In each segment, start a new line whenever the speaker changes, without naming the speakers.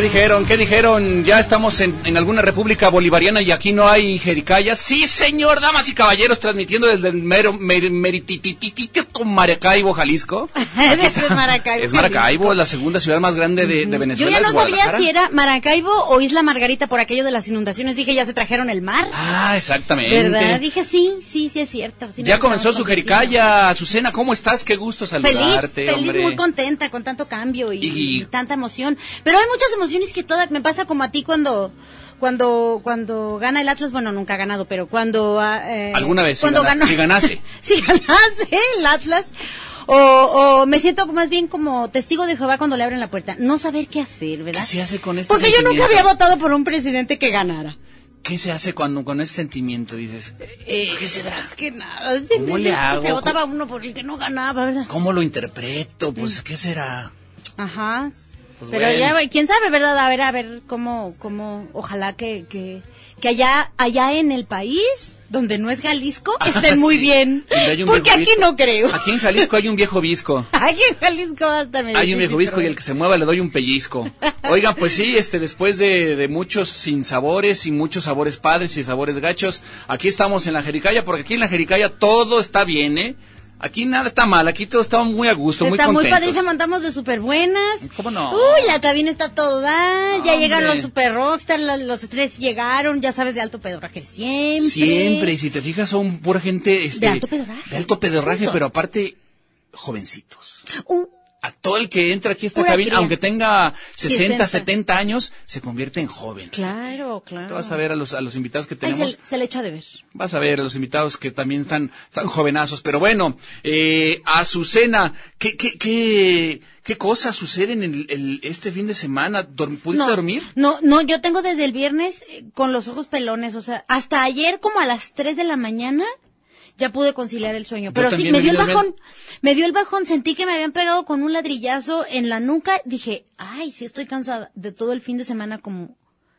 dijeron? ¿Qué dijeron? Ya estamos en, en alguna república bolivariana y aquí no hay jericayas. Sí, señor, damas y caballeros, transmitiendo desde el mero mer- merititititito Maracaibo, Jalisco.
Desde Maracaibo.
Es Maracaibo, la segunda ciudad más grande de, de
Yo
Venezuela.
ya no
es
sabía
Guadalajara.
si era Maracaibo o Isla Margarita por aquello de las inundaciones. Dije, ya se trajeron el mar.
Ah, exactamente.
¿Verdad? Dije, sí, sí, sí es cierto. sí nos
Ya comenzó
estamos
su
convirtiendo.
jericaya. Azucena, ¿cómo estás? Qué gusto
Feliz,
saludarte,
feliz,
hombre.
muy contenta con tanto cambio y,
Y-
y tanta emoción. Pero hay muchas emociones que todas me pasa como a ti cuando cuando cuando gana el Atlas, bueno, nunca ha ganado, pero cuando ah, eh,
Alguna vez, si
cuando
gana-
ganó-
si ganase.
si ganase el Atlas o, o me siento más bien como testigo de Jehová cuando le abren la puerta, no saber qué hacer, ¿verdad?
¿Qué se hace con este
Porque yo nunca
sentimiento?
había votado por un presidente que ganara.
¿Qué se hace cuando con ese sentimiento dices? ¿Qué será?
Es que nada, es-
¿Cómo le
siempre
hago?
votaba uno por el que no ganaba, ¿verdad?
¿Cómo lo interpreto?
Mm.
Pues, ¿qué será?
Ajá.
Pues
Pero
bueno.
ya, quién sabe, ¿verdad? A ver, a ver cómo, cómo, ojalá que, que, que allá, allá en el país, donde no es Jalisco, estén
Sí,
muy bien.
donde hay un
Porque
viejo
aquí
visco.
no creo.
Aquí en Jalisco hay un viejo visco.
Aquí en Jalisco hasta me
Hay un viejo
viejo
visco y el que se mueva le doy un pellizco. Oigan, pues sí, este, después de, de muchos sinsabores y muchos sabores padres y sabores gachos, aquí estamos en la Jericaya, porque aquí en la Jericaya todo está bien, ¿eh? Aquí nada está mal, aquí todo está muy a gusto, muy
Está muy
contentos.
padrísimo, andamos de súper buenas.
¿Cómo no?
Uy, la cabina está toda. Ya
Hombre.
llegaron los super rockstar, la- los tres llegaron, ya sabes, de alto pedorraje siempre.
Siempre, y si te fijas, son pura gente... Este,
alto pedorraje.
de alto pedorraje,
Punto.
pero aparte, jovencitos.
Uh,
A todo el que entra aquí a esta
Pura
cabina,
cría.
aunque tenga
60.
60, 70 años, se convierte en joven.
claro, claro.
Te vas a ver a los, a los invitados que
Ay,
tenemos.
se, se le echa de ver.
Vas a ver a los invitados que también están, están jovenazos. Pero bueno, eh, Azucena, ¿qué, qué, qué, qué cosas suceden en el, el- este fin de semana? Dorm- ¿Pudiste
no,
dormir?
No, no, yo tengo desde el viernes eh, con los ojos pelones, o sea, hasta ayer como a las 3 de la mañana ya pude conciliar el sueño, pero sí
también
me
me
dio el
vine a
bajón, me dio el bajón, sentí que me habían pegado con un ladrillazo en la nuca, dije, "Ay, sí estoy cansada de todo el fin de semana como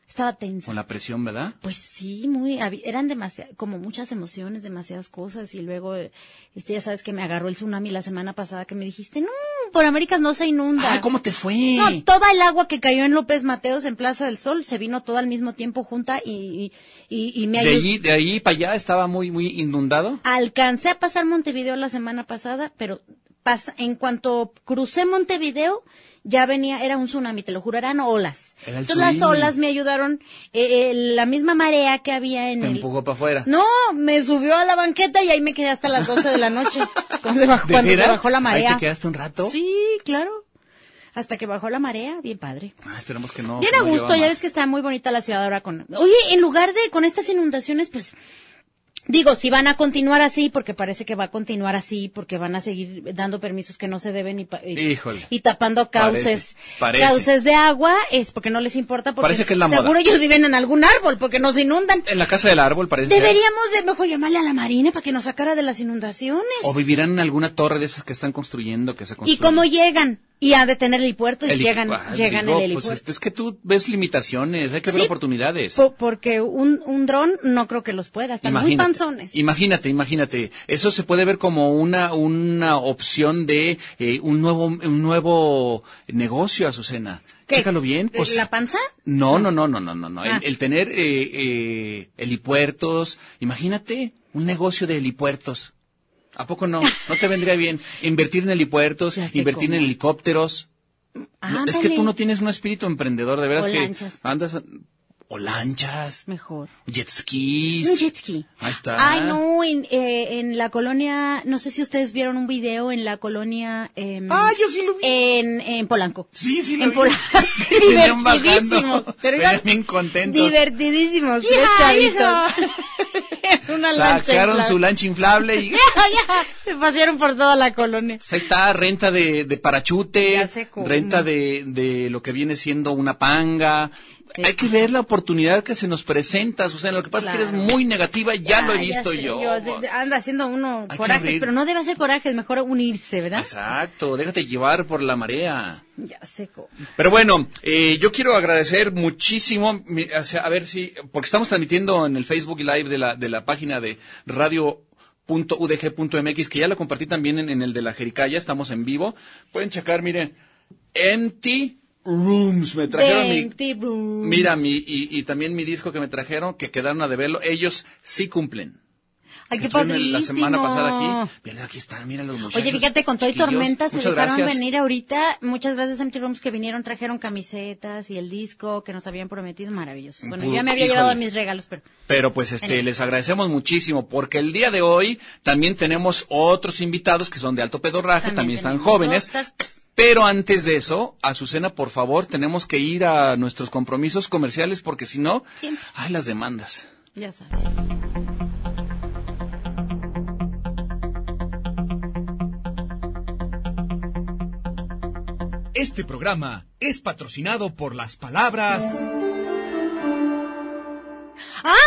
estaba tensa."
Con la presión, ¿verdad?
Pues sí, muy, habi- eran demasiadas, como muchas emociones, demasiadas cosas y luego, eh, este, ya sabes que me agarró el tsunami la semana pasada que me dijiste, no, por Américas no se inunda.
Ay, Ah, ¿cómo te fue?
No, toda el agua que cayó en López Mateos en Plaza del Sol se vino toda al mismo tiempo junta y, y, y- y me
de
ayudó. Ah,
allí, de allí para allá estaba muy, muy inundado.
Alcancé a pasar Montevideo la semana pasada, pero pas- en cuanto crucé Montevideo ya venía, era un tsunami, te lo juro, eran olas.
Era el
Entonces las
tsunami.
olas me ayudaron, eh, eh, la misma marea que había en
Te
el...
empujó para afuera.
No, me subió a la banqueta y ahí me quedé hasta las 12 de la noche. Cuando se bajó,
¿De
cuando se
veras?
bajó la
Ahí
marea.
te quedaste un rato.
Sí, claro. Hasta que bajó la marea, bien padre.
Ah, esperemos que no.
Bien
que
a
no
gusto,
llueva
ya
más.
ves que está muy bonita la ciudad ahora con... Oye, en lugar de con estas inundaciones, pues... Digo, si van a continuar así, porque parece que va a continuar así, porque van a seguir dando permisos que no se deben y, pa- y-
Híjole.
y tapando cauces,
Parece, parece.
cauces de agua, es porque no les importa, porque
Parece que es la moda.
seguro ellos viven en algún árbol, porque nos inundan.
En la casa del árbol parece. ser.
Deberíamos de mejor llamarle a la marina para que nos sacara de las inundaciones.
O vivirán en alguna torre de esas que están construyendo, que
¿Y
se construyen.
cómo llegan? Y a detener el puerto y
Heli-
Pues llegan,
Ah,
llegan
digo,
el
pues,
helipuerto.
este, es que tú ves limitaciones, hay que ver
Sí.
oportunidades.
Po- porque un, un dron no creo que los pueda, están muy panzones.
imagínate, imagínate. Eso se puede ver como una una opción de eh, un nuevo un nuevo negocio, Azucena.
¿Qué?
Chécalo bien.
¿Eh,
Pues,
¿La panza?
No, no, no, no, no, no. no. El-
Ah.
El, tener eh, eh, helipuertos, imagínate un negocio de helipuertos. ¿A poco no? ¿No te vendría bien invertir en helipuertos,
Ya sé
invertir en
cómo.
helicópteros? No, es que
Ándale,
tú no tienes un espíritu emprendedor, de veras
O
que
lanchas.
andas a- o lanchas,
Mejor.
jet
Un
skis.
jet ski.
Ahí Ah, está.
Ay, no, en, eh, en la colonia, no sé si ustedes vieron un video en la colonia... em,
Ah, yo sí lo vi.
En, en Polanco.
Sí, sí lo
en
vi.
Polanco.
Venían bajando.
divertidísimos. Pero
Venían
eran
bien contentos.
Divertidísimos. tres
¡Ya, hijo!
chavitos. Una lancha
Sacaron
inflable.
su lancha inflable y
Se pasearon por toda la colonia.
Pues ahí está renta de, de parachute,
Ya sé cómo.
renta de, de lo que viene siendo una panga. Hay que ver la oportunidad que se nos presenta, o sea, lo que pasa es que
Claro.
eres muy negativa, ya, lo he visto
Ah, sé,
yo.
de- de- anda haciendo uno
que
corajes,
abrir.
pero no debe hacer corajes, mejor unirse, ¿verdad?
Exacto, déjate llevar por la marea.
Ya sé cómo.
Pero bueno, eh, yo quiero agradecer muchísimo, mi- o sea, a ver si, porque estamos transmitiendo en el Facebook Live de la, de la página de radio .udg.mx, que ya lo compartí también en, en el de la Jericaya, estamos en vivo. Pueden checar, miren, Enti rooms. Me trajeron mi,
20 rooms.
Mira, mi, y, y también mi disco que me trajeron, que quedaron a deberlo, ellos sí cumplen.
Ay, qué
Estuvieron el-
padrísimo.
La semana pasada aquí. Mira, aquí están, mira los muchachos.
Oye, fíjate, con todo y
chiquillos.
tormenta se
Muchas
dejaron
gracias.
venir ahorita. Muchas gracias a MT Rooms que vinieron, trajeron camisetas y el disco que nos habían prometido. Maravilloso. Bueno, yo
Pu-
ya me había
híjole.
llevado mis regalos, pero...
Pero pues este,
Genial.
les agradecemos muchísimo porque el día de hoy también tenemos otros invitados que son de alto pedorraje,
También
también, están
tenemos
jóvenes.
rockstars.
Pero antes de eso, Azucena, por favor, tenemos que ir a nuestros compromisos comerciales porque si no,
Siempre.
ay, las demandas.
Ya sabes.
Este programa es patrocinado por las palabras.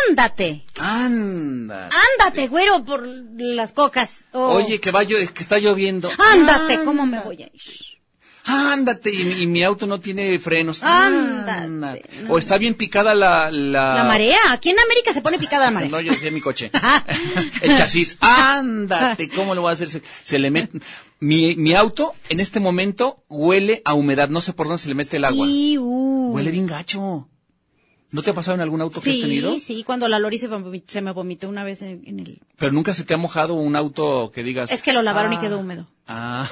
¡Ándate!
Anda.
¡Ándate, güero, por las cocas! Ah, Oh.
Oye, que va llo- que está lloviendo.
¡Ándate! ¿Cómo me voy a ir?
Ándate, y, mi- y mi auto no tiene frenos.
Ah. Ándate, no.
O está bien picada la... La,
La marea. Aquí en América se pone picada la marea.
No, yo decía mi coche. El chasis. Ándate, ¿cómo lo voy a hacer? Se, se le mete... Mi, mi auto en este momento huele a humedad. No sé por dónde se le mete el agua.
Y, uh.
Huele bien gacho. ¿No te ha pasado en algún auto que has tenido?
Sí, sí, cuando la Lori se, vom- se me vomitó una vez en, en el...
Pero nunca se te ha mojado un auto que digas...
Es que lo lavaron y quedó húmedo.
Ah,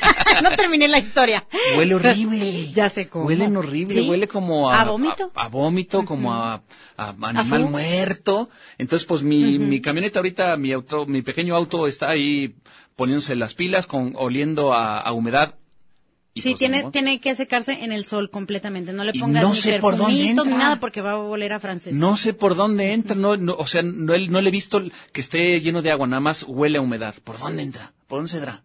no terminé la historia.
huele horrible.
Ya sé cómo.
Huelen horrible,
Sí.
huele como a...
A vómito.
A, a vómito, como a, a animal
fumo.
muerto. Entonces, pues mi, mi camioneta ahorita, mi auto, mi pequeño auto está ahí poniéndose las pilas, con oliendo a, a humedad. Y
Sí,
pues,
tiene,
ni modo.
tiene que secarse en el sol completamente. No le
Y
pongas
no
ni
sé por dónde
perfumitos ni
entra.
nada porque va a volver a francés.
No sé por dónde entra, no, no, o sea, no, no le he visto que esté lleno de agua, nada más huele a humedad. ¿Por dónde entra? ¿Por dónde se entra?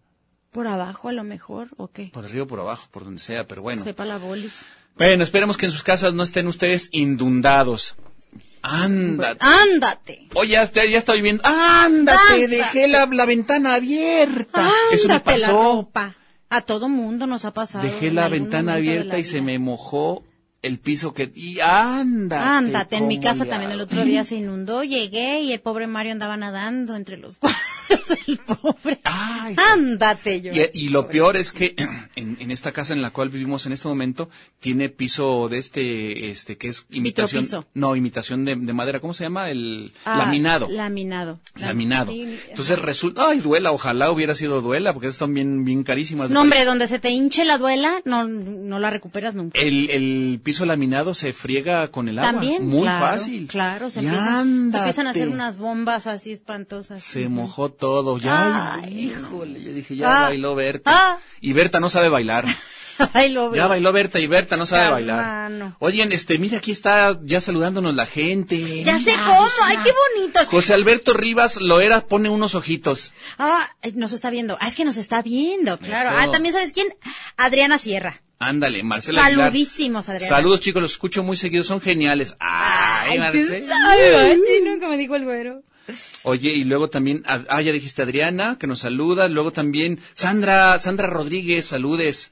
Por abajo a lo mejor, ¿o qué?
Por arriba, por abajo, por donde sea, pero bueno.
Sepa la bolis.
Bueno, esperemos que en sus casas no estén ustedes inundados. Anda.
¡Ándate!
Oye, ya, está- ya estoy viendo. ¡Ándate!
Ándate.
Dejé la, la ventana abierta.
¡Ándate
Eso me
la
pasó.
ropa! A todo mundo nos ha pasado.
Dejé
en
la
algún
ventana
momento de
abierta
la
y se
vida.
me mojó el piso que... Y ándate.
Ándate, en mi
cómo
casa
le
también el
hago.
otro día se inundó, llegué y el pobre Mario andaba nadando entre los cuadros, el pobre.
Ay,
Ah. Ándate yo.
Y, y lo peor es que en, en esta casa en la cual vivimos en este momento tiene piso de este, este que es imitación,
Vitropiso.
no imitación de, de madera, ¿cómo se llama? El laminado.
Ah, Laminado.
laminado.
Sí,
Entonces resulta, ay, duela, ojalá hubiera sido duela, porque están bien, bien carísimas. de
No, hombre,
precio.
donde se te hinche la duela, no, no la recuperas nunca.
El, el piso laminado se friega con el agua.
También.
Muy
claro,
fácil.
Claro, se
Y
empiezan, se empiezan a hacer
ándate.
unas bombas así espantosas.
Se
Ujú.
mojó todo. Ya, ay,
Ay.
híjole. Yo dije, ya
Ah.
bailó Berta.
Ah.
Y Berta no sabe bailar.
Ay, lo
Ya
veo.
bailó Berta y Berta no sabe
Ya,
bailar.
mano.
Oigan, este, mira, aquí está ya saludándonos la gente.
Ya
Mira,
sé cómo,
Susana.
ay, qué bonitos.
Ah, José Alberto Rivas Loera pone unos ojitos.
Ah, ay, nos está viendo. Ah, es que nos está viendo, claro.
Eso.
Ah, también sabes quién? Adriana Sierra.
Ándale, Marcela Aguilar.
Saludísimos, Adriana.
Saludos, chicos, los escucho muy seguidos, son geniales.
Ah,
Ay,
tú
Marcela.
sabes, ay, no, como dijo el güero.
Oye, y luego también, ah, ya dijiste Adriana, que nos saluda. Luego también Sandra, Sandra Rodríguez, saludes.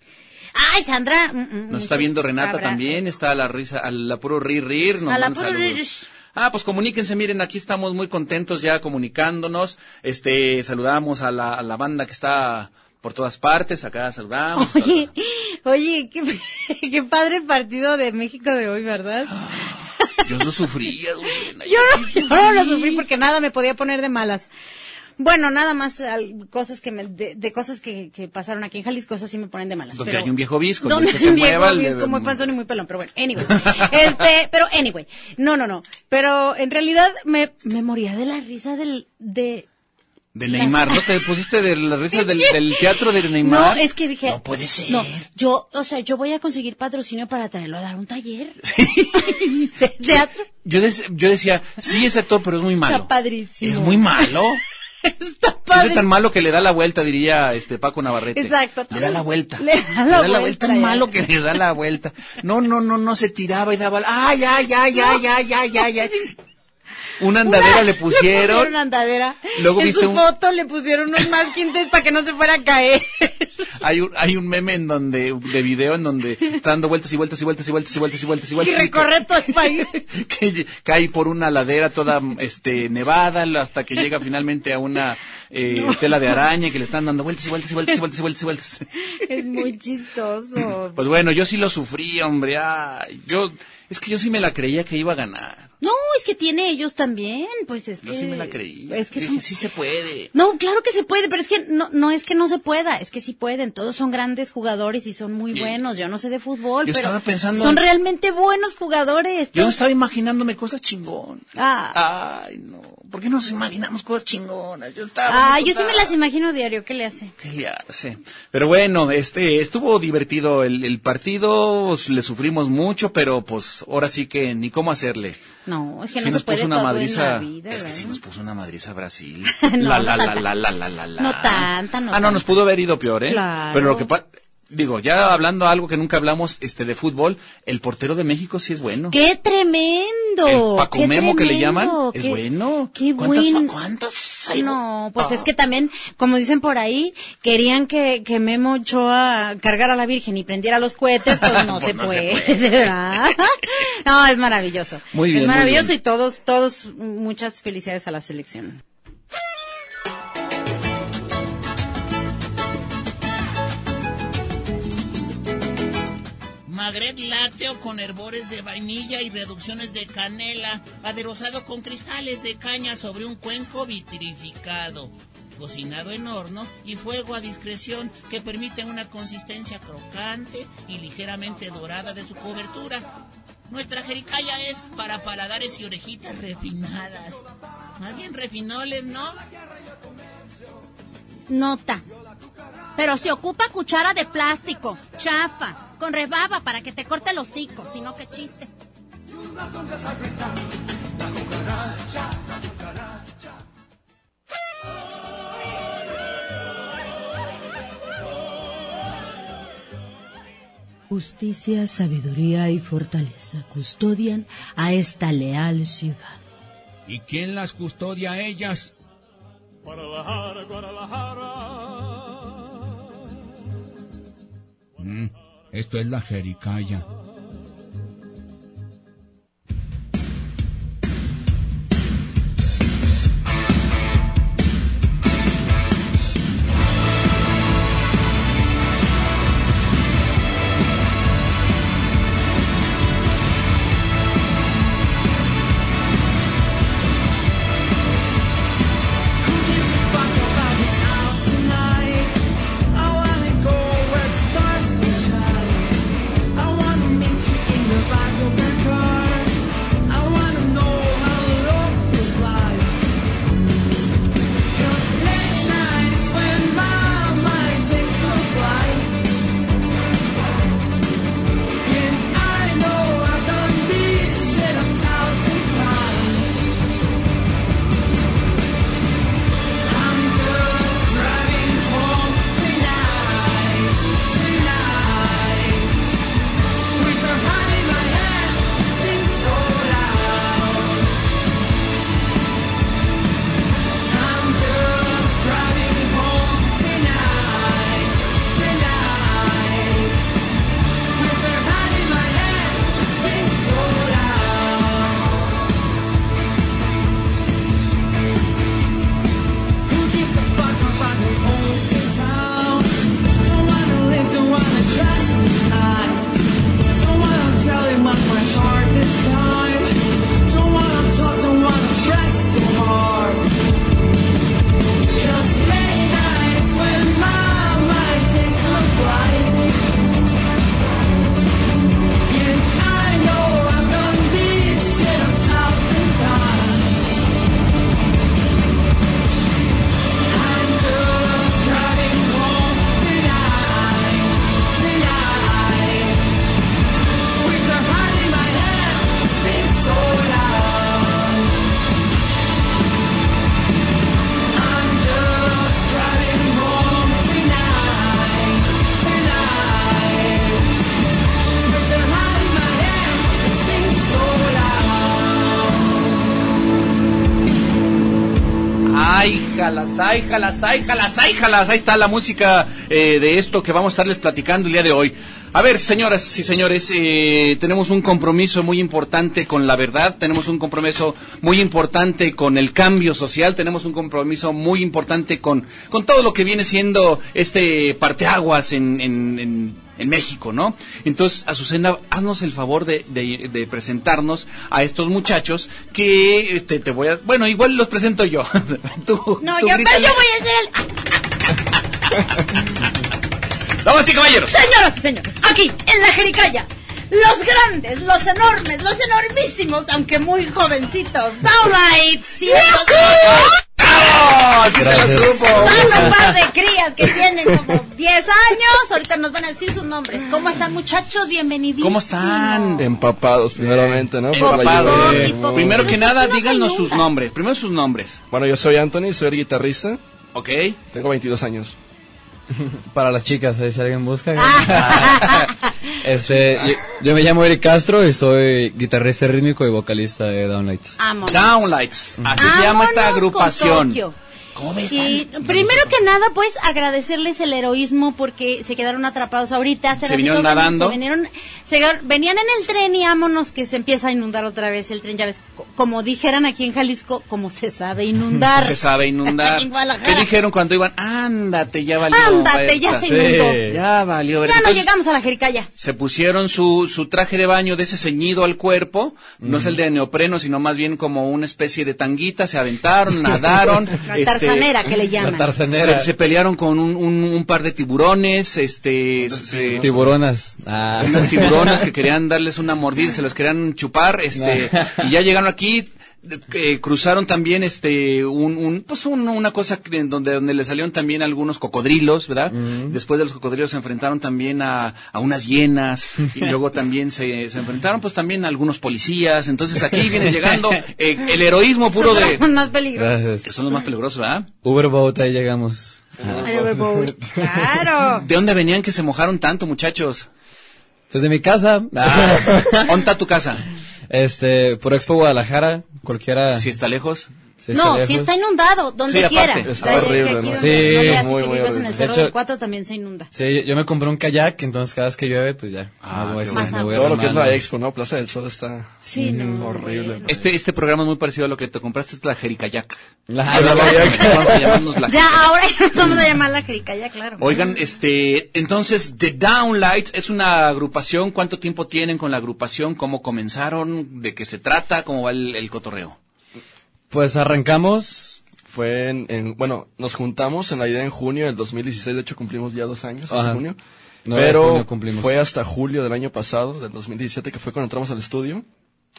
Ay, Sandra. mm, mm,
Nos está viendo Renata
Abra-
también, está a la risa, a la puro rir rir, nos
A la
manda
puro
saludos.
rir.
Ah, pues comuníquense, miren, aquí estamos muy contentos ya comunicándonos. Este, saludamos a la, a la banda que está por todas partes, acá saludamos.
Oye, oye, qué, qué padre partido de México de hoy, ¿verdad?
Yo lo sufría, Dulce,
Yo no, yo no lo sufrí porque nada me podía poner de malas. Bueno, nada más al- cosas que me- de, de cosas que, que pasaron aquí en Jalisco, cosas sí me ponen de malas.
Donde
pero-
hay un viejo visco,
Donde
¿no? que
hay
se
un viejo
mueva, le-
visco muy panzón y muy pelón, pero bueno, anyway. Este, pero anyway, no, no, no. Pero en realidad me, me moría de la risa del, de,
De Neymar, ¿no? Te pusiste de la risa del, del teatro de Neymar.
No, es que dije.
No puede ser.
No, yo, o sea, yo voy a conseguir patrocinio para traerlo a dar un taller. de teatro.
Yo, dec- yo decía, sí es actor, pero es muy malo.
Está padrísimo.
Es muy malo.
Está
Es de
padre.
tan malo que le da la vuelta, diría este Paco Navarrete.
Exacto.
Le da la vuelta.
Le da la vuelta,
tan
ya.
malo que le da la vuelta. No, no, no, no se tiraba y daba. la- Ay, ay, ay, ay, ay, ay, ay, ay. Una andadera le pusieron.
una andadera.
Luego
en
viste
su
un-
foto le pusieron unos más quintes para que no se fuera a caer.
Hay un, hay un meme en donde, de video en donde está dando vueltas y vueltas y vueltas y vueltas y vueltas y vueltas y
Y
vueltas.
recorre todo el país.
que cae por una ladera toda este nevada hasta que llega finalmente a una eh, tela de araña que le están dando vueltas y vueltas y vueltas y vueltas y vueltas y vueltas.
Es muy chistoso.
Pues bueno, yo sí lo sufrí, hombre. ay, yo es que yo sí me la creía que iba a ganar.
No, es que tiene ellos también, pues es
Yo
que...
sí me la creí.
Es que
Dije,
son-
sí se puede.
No, claro que se puede, pero es que no, no es que no se pueda, es que sí pueden. Todos son grandes jugadores y son muy
Sí.
buenos. Yo no sé de fútbol,
Yo
pero
estaba pensando-
son realmente buenos jugadores.
Yo estaba imaginándome cosas chingonas.
Ah.
Ay, no. ¿Por qué no nos imaginamos cosas chingonas? Yo estaba.
Ah, yo sí
emputado.
me las imagino diario, ¿qué le hace?
¿Qué le hace? Pero bueno, este estuvo divertido el, el partido, le sufrimos mucho, pero pues ahora sí que ni cómo hacerle.
No, es que
Sí
no se
nos
puede
puso una
todo en
madriza.
la vida,
es que
¿verdad?
sí nos puso una madriza Brasil.
No,
la, la,
no
la, la, la, la, la, la.
No tanta, no
Ah, no,
tanta.
nos pudo haber ido peor, ¿eh?
Claro.
Pero lo que pasa, digo, ya hablando algo que nunca hablamos, este, de fútbol, el portero de México sí es bueno.
¡Qué tremendo!
El Paco
¡Qué
Memo que le llaman,
tremendo!
es
¡Qué-
bueno.
¡Qué
¿Cuántos-
buen-
cuántos?
No, pues
Ah.
es que también, como dicen por ahí, querían que, que Memo Ochoa cargara a la Virgen y prendiera los cohetes, pues no,
Pues
se,
no se
puede, ¿verdad? No, es maravilloso.
Muy bien,
Es
muy
maravilloso
bien.
y todos, todos, muchas felicidades a la selección.
Magret lácteo con herbores de vainilla y reducciones de canela, aderezado con cristales de caña sobre un cuenco vitrificado, cocinado en horno y fuego a discreción que permite una consistencia crocante y ligeramente dorada de su cobertura. Nuestra jericaya es para paladares y orejitas refinadas. Más bien refinoles, ¿no?
Nota. Pero se ocupa cuchara de plástico, chafa, con rebaba para que te corte el hocico, sino que chiste.
Justicia, sabiduría y fortaleza custodian a esta leal ciudad.
¿Y quién las custodia a ellas? Mm, esto es la jericaya.
I wanna go where stars can shine. I wanna
Ay, jalas, ay, jalas, ay, jalas, ay, jalas. Ahí está la música eh, de esto que vamos a estarles platicando el día de hoy. A ver, señoras y señores, eh, tenemos un compromiso muy importante con la verdad, tenemos un compromiso muy importante con el cambio social, tenemos un compromiso muy importante con, con todo lo que viene siendo este parteaguas en, en, en, en México, ¿no? Entonces, Azucena, haznos el favor de, de- de presentarnos a estos muchachos que este, te voy a... Bueno, igual los presento yo. Tú-
No,
tú
yo, pero
grítale.
yo voy a hacer el... ¡Ah!
Vamos, sí, caballeros.
Señoras y señores, aquí, en la Jericaya, los grandes, los enormes, los enormísimos, aunque muy jovencitos, Downlight,
¡Vamos! ¡Sí te lo supo!
Dando un par de crías que tienen como 10 años, ahorita nos van a decir sus nombres. ¿Cómo están muchachos? Bienvenidos.
¿Cómo están?
Empapados primeramente, ¿no? Para
Empapados.
ayudar.
Popis, popis.
Primero
Pero
que
si tú
nada,
no
díganos
se
sus
inunda.
nombres. Primero sus nombres,
Bueno, yo soy Anthony, soy el guitarrista,
¿ok?
tengo 22 años.
Para las chicas, eh, si alguien busca.
Ah,
este, yo, yo me llamo Eric Castro y soy guitarrista rítmico y vocalista de Downlights.
Vámonos.
Downlights, así
Ah,
se llama esta
Vámonos con
agrupación.
Tokio. Y primero que nada, pues agradecerles el heroísmo porque se quedaron atrapados ahorita. hace
Se
ratito
vinieron
venían-
nadando.
Se vinieron, se gar- venían en el tren y vámonos que se empieza a inundar otra vez el tren. Ya ves, co- como dijeran aquí en Jalisco, como se sabe inundar.
Se sabe inundar.
En
¿Qué
Guadalajara.
dijeron cuando iban? Ándate, ya valió.
Ándate, ya se
Berta.
inundó.
Ya valió.
Ya
Berta.
no
Entonces,
llegamos a la Jericaya.
Se pusieron su, su traje de baño de ese ceñido al cuerpo, no es el de neopreno, sino más bien como una especie de tanguita, se aventaron, nadaron.
La
este,
tarzanera que le
La
llaman.
tarzanera.
se, se pelearon con un, un- un par de tiburones, este, se-
Tiburonas. Ah.
unas tiburonas que querían darles una mordida, se los querían chupar, este, y ya llegaron aquí, eh, cruzaron también este un, un pues un- una cosa que- en donde donde le salieron también algunos cocodrilos, ¿verdad? Después de los cocodrilos se enfrentaron también a, a unas hienas y luego también se, se enfrentaron pues también a algunos policías, entonces aquí viene llegando eh, el heroísmo puro
Son
de
los más peligrosos.
que
Gracias.
son los más peligrosos, ¿verdad?
Uberboat, ahí llegamos.
Claro.
¿De dónde venían que se mojaron tanto, muchachos?
Pues de mi casa.
Ah, ¿Onta tu casa?
Este, por Expo Guadalajara, cualquiera.
Si está lejos.
si está
No,
lejos.
si está inundado, donde
Sí, aparte,
quiera.
está
Ay, que
horrible,
aquí
¿no?
donde-
Sí,
no veas
muy,
que
muy
vives en
horrible.
el
De
Cerro
hecho-
del Cuatro también se inunda.
Sí, yo, yo me compré un kayak, entonces cada vez que llueve, pues ya.
Ah,
más voy a-
qué
me
bueno.
voy a
Todo lo que es
remando.
la expo, ¿no? Plaza del Sol está
Sí, no.
horrible.
Este, este programa es muy parecido a lo que te compraste, es la Jericayac.
La-
Vamos a llamarnos la
Ya, ahora ya nos vamos a llamar la Jericaya, claro.
Oigan, este, entonces, The Downlights es una agrupación. ¿Cuánto tiempo tienen con la agrupación? ¿Cómo comenzaron? ¿De qué se trata? ¿Cómo va el, el cotorreo?
Pues arrancamos.
Fue en, en- bueno, nos juntamos en la idea en junio del 2016, de hecho cumplimos ya dos años,
Ajá.
en junio.
Nueve de
pero
junio cumplimos.
fue hasta julio del año pasado, del 2017, que fue cuando entramos al estudio.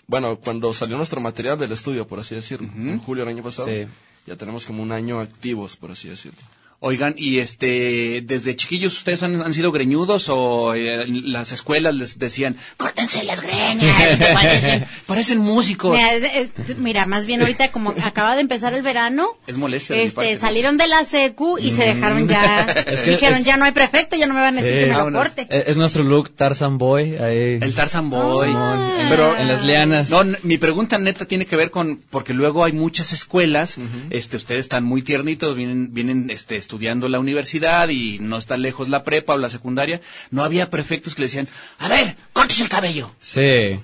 Bueno, cuando salió nuestro material del estudio, por así decirlo, en julio del año pasado.
Sí.
Ya tenemos como un año activos, por así decirlo.
Oigan, y este, desde chiquillos ustedes han, han sido greñudos o eh, las escuelas les decían, córtense las greñas, que parecen, parecen músicos.
Mira, es- es- mira, más bien ahorita como acaba de empezar el verano,
Es molestia de mi parte.
este, salieron de la secu y se dejaron ya,
Es que
dijeron
es-
ya no hay prefecto, ya no me van a decir
Sí. Eh,
que me lo
Vámonos.
corte.
Es, es nuestro look Tarzan Boy, ahí.
El Tarzan Boy.
Ah.
Simón, en,
Pero-
en las lianas.
No, n- mi pregunta neta tiene que ver con, porque luego hay muchas escuelas, este, ustedes están muy tiernitos, vienen, vienen, este, estudiando la universidad y no está lejos la prepa o la secundaria, no había prefectos que le decían, a ver, cortes el cabello.
Sí.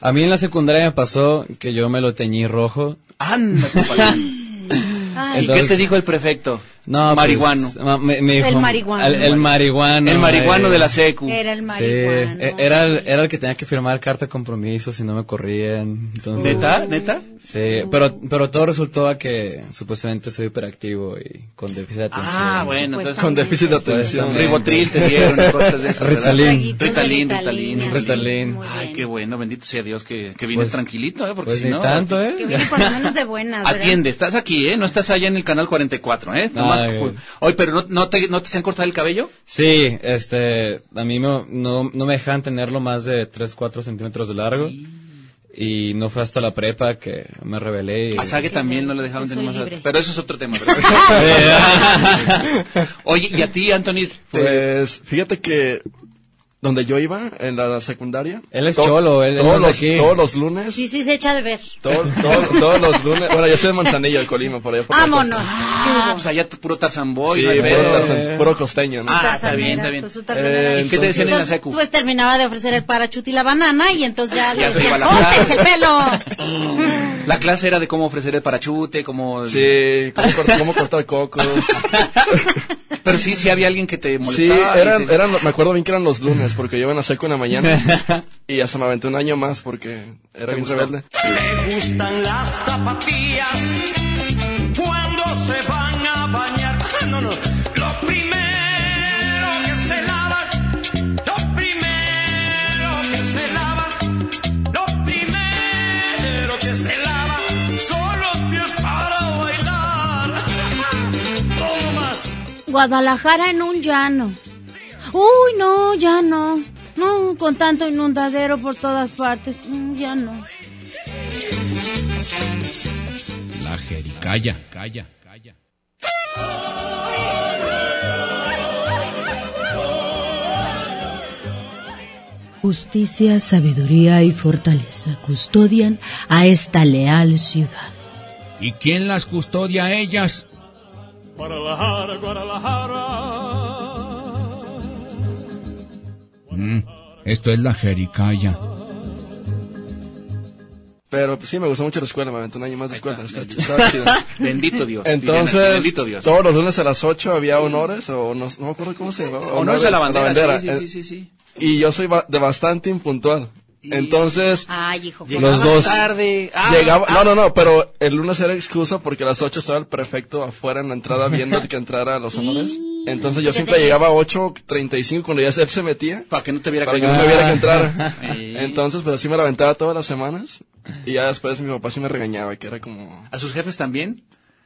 A mí en la secundaria me pasó que yo me lo teñí rojo.
Anda, compadre. ¿Y
Ay,
Entonces-
qué te dijo el prefecto?
No, pues,
marihuano.
ma- me- me dijo-
El marihuano.
al- El, marihuano.
el marihuano
eh.
de la secu.
era el
Sí,
marihuano.
e- era el, era el que tenía que firmar carta de compromiso si no me corrían. Entonces,
¿Neta? ¿Neta?
Sí, pero, pero todo resultó a que supuestamente soy hiperactivo y con déficit de atención.
Ah, bueno, entonces este,
Con déficit de atención.
Supuestamente.
Ribotril te dieron y cosas de esas. ¿verdad?
Ritalin.
Traguitos de
Ritalin,
Ritalin,
Ritalin.
así,
Ritalin.
muy
Ay,
bien.
qué bueno, bendito sea Dios que, que vienes
Pues-
tranquilito, ¿eh? Porque
Pues
si
ni
no.
tanto, ¿eh?
Que viene por lo menos de buenas, Ah, ¿verdad?
Atiende, estás aquí, ¿eh? No estás allá en el canal 44, ¿eh? Nomás-
Ay.
Oye, pero no, no, te, ¿no te se han cortado el cabello?
Sí, este, a mí me- no, no me dejaban tenerlo más de 3, 4 centímetros de largo. Y no fue hasta la prepa que me rebelé. y-
A Sague también no le dejaron
Yo
tener
soy
más.
libre.
Pero eso es otro tema, ¿verdad? Oye, ¿y a ti, Anthony? te-
Pues, fíjate que donde yo iba, en la secundaria.
Él es
to-
cholo, él- él
todos,
no
los,
es de aquí.
todos los lunes.
Sí, sí, se echa de ver.
todo- todo- todos los lunes. Bueno, yo soy de Manzanillo, el Colima, por allá. Por la
Vámonos.
costa.
Ah, pues allá t- puro Tarzamboy.
Sí,
no hay
puro,
pedo.
tarzan- puro costeño, ¿no?
Ah, está
Tarzanera,
bien, está bien.
tú, su tarzanera.
Eh,
¿Y qué te decían en la
Entonces,
secu?
Pues terminaba de ofrecer el parachute y la banana y entonces ya,
Ya
le
se
decían,
iba la
¡córtense el
playa".
pelo!
La clase era de cómo ofrecer el parachute, cómo...
Sí, cómo, cort- cómo cortar cocos.
Pero sí, sí había alguien que te
Sí,
molestaba. y
eran,
te-
eran, me acuerdo bien que eran los lunes, porque yo iba en la seco en la mañana. Y hasta me aventé un año más porque era bien
gustó?
rebelde.
Le gustan las tapatías cuando se van a bañar. Ah, No, no, lo primero que se lavan, lo primero que se lavan, lo primero que se lavan son los pies para bailar. Todo más.
Guadalajara en un llano. Uy, no, ya no. No, con tanto inundadero por todas partes. mm, Ya no.
La jericaya. Calla.
Justicia, sabiduría y fortaleza custodian a esta leal ciudad.
¿Y quién las custodia a ellas?
Guadalajara, Guadalajara.
Mm, esto es la jericaya.
Pero pues, sí, me gustó mucho la escuela, me aventé un año más de escuela. Está ch- estaba chido.
Bendito Dios. Liliana,
Entonces,
Bendito Dios.
todos los lunes a las 8 había honores, o no, no me acuerdo cómo se llamaba.
Honores a la bandera. Sí,
eh,
sí, sí, sí, sí.
Y yo soy ba- de bastante impuntual. Entonces,
Ay, hijo.
los dos.
tarde. Ah,
llegaba,
ah,
no, no, no, pero el lunes era excusa porque a las 8 estaba el prefecto afuera en la entrada viendo el que entrara a los honores. Entonces yo siempre llegaba a 8.35 cuando ya él se metía
Para que no te viera
para que
cayendo.
no me viera que
Ah.
entrara.
Sí.
Entonces, pues así me la aventaba todas las semanas. Y ya después mi papá sí me regañaba, que era como...
¿A sus jefes también?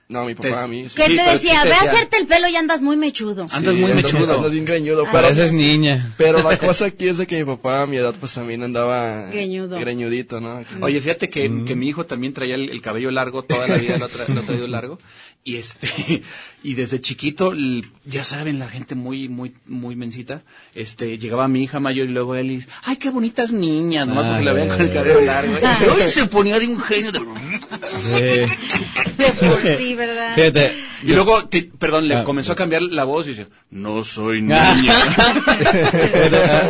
No, mi
Te-
papá a mí... sí.
¿Qué
Sí,
te
pero
decía?
sí te
Ve a
decía.
hacerte el pelo y andas muy mechudo.
Andas muy
entonces,
mechudo.
Andas bien
Ah.
greñudo. pero-
Pareces niña.
Pero la cosa aquí es de que mi papá a mi edad pues también
Ah,
andaba
Greñudo.
greñudito, ¿no?
Mm.
Oye, fíjate que, que mi hijo también traía el, el cabello largo, toda la vida lo, tra- lo ha traído largo. Y este, y desde chiquito, l- ya saben, la gente muy, muy, muy mensita, este, llegaba mi hija mayor y luego él y dice, ay, qué bonitas niñas, nomás
Ah,
porque la vean
ya,
con el
ya,
cabello
ya.
largo.
Ah.
Y hoy se ponía de un genio de...
Sí.
Pues Sí, ¿verdad?
Fíjate,
Y luego, te- perdón, le
Ah,
comenzó a cambiar la voz y dice, no soy niña.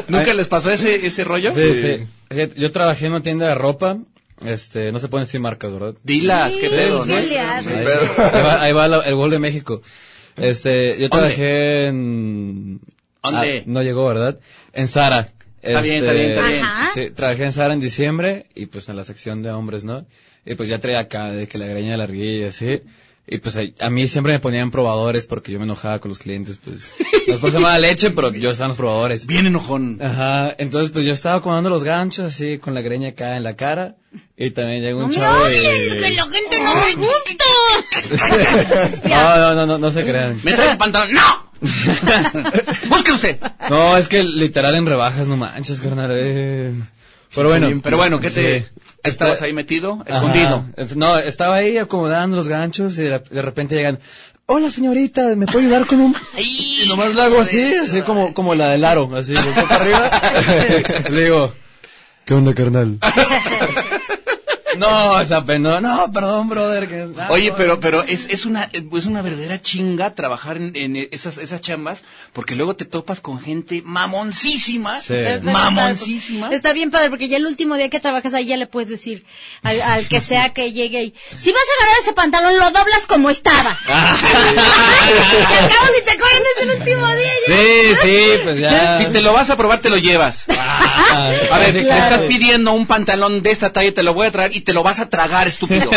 ¿Nunca les pasó ese, ese rollo?
sí, sí. Fíjate, yo trabajé en una tienda de ropa. Este, no se pueden decir marcas, ¿verdad?
Dilas, qué pedo,
sí,
¿no?
le hace.
Ahí, ahí va, ahí va la- el gol de México. Este, yo trabajé en...
¿Dónde?
Ah, no llegó, ¿verdad? En Este, Sara.
Está bien, está bien, está bien.
Ajá.
Sí, trabajé en Sara en diciembre y pues en la sección de hombres, ¿no? Y pues ya traía acá de que la greña larguilla, así. Y pues ahí- a mí siempre me ponían probadores porque yo me enojaba con los clientes, pues. No es por ser mala leche, pero yo estaba en los probadores.
Bien enojón.
Ajá, entonces pues yo estaba comando los ganchos así con la greña acá en la cara y también llega un
¡No me
chavo y...
odien!
eh.
¡Que la gente no me gusta!
No, no, no, no, no se crean.
¿Me traes el pantalón? ¡No! ¡Busque usted!
No, es que literal en rebajas, no manches, carnal. eh. Pero bueno.
Pero bueno, ¿qué te...?
Sí.
¿Estabas ahí metido? Escondido.
Ajá. No, estaba ahí acomodando los ganchos y de, de repente llegan. Hola señorita, ¿me puede ayudar con un...? Y nomás le hago así, así como, como la del aro, así, volteo para arriba. le digo,
¿Qué onda, carnal?
no, esa pe- no, no, perdón, brother. que- ah,
Oye,
no".
pero, pero es, es una, es una verdadera chinga trabajar en, en esas, esas chambas, porque luego te topas con gente mamoncísima,
Sí.
mamoncísima.
Está bien padre, porque ya el último día que trabajas ahí ya le puedes decir al, al que sea que llegue y si vas a agarrar ese pantalón, lo doblas como estaba. y acabas y te corren es el último día. ya.
Sí, sí, pues ya.
Si te lo vas a probar, te lo llevas.
Ah,
A ver,
sí,
me
claro.
estás pidiendo un pantalón de esta talla, te lo voy a traer y te lo vas a tragar, estúpido.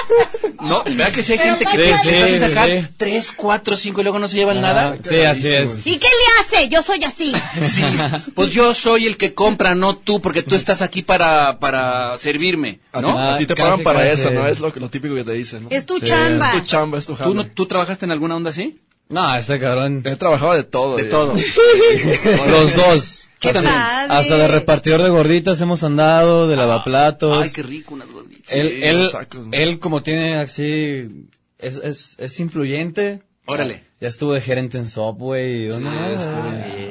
no, ¿verdad que si hay gente que
Pero
te
pasa-
les hace
Sí, sí,
sacar
sí.
tres, cuatro, cinco y luego no se llevan
Ajá,
nada?
Sí, así es.
¿Y qué le hace? Yo soy así.
Sí. Pues yo soy el que compra, no tú, porque tú estás aquí para, para servirme,
Ah,
A,
¿no?
ti, a ti te
Casi,
pagan para
casi.
eso, ¿no? Es lo, que- lo típico que te dicen, ¿no?
Es tu
Sí.
chamba.
Es tu chamba, es tu
¿Tú,
jamba.
no- ¿Tú trabajaste en alguna onda así?
No, este cabrón.
He trabajado de todo.
De
ya.
todo.
Los dos.
Qué
Hasta-
padre.
Hasta de repartidor de gorditas hemos andado,
Ah,
de lavaplatos.
Ay, qué rico, unas gorditas.
él,
Sí,
él,
los tacos, ¿no?
él como tiene así, es, es, es influyente,
Órale.
Ya estuvo de gerente en Subway. y ¿Dónde más estuve?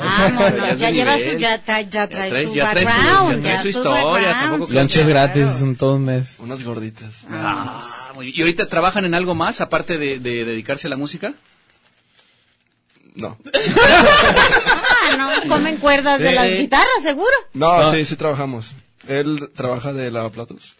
Ah, Vámonos, ya lleva su, ya trae, ya trae su background, ya su background.
Lonches gratis, son todo un mes.
Unas gorditas.
Ah, muy bien. ¿Y ahorita trabajan en algo más aparte de, de dedicarse a la música?
No.
Ah, no, comen cuerdas de
Sí.
las guitarras, seguro.
No,
No.
sí, sí trabajamos. Él trabaja de lavaplatos.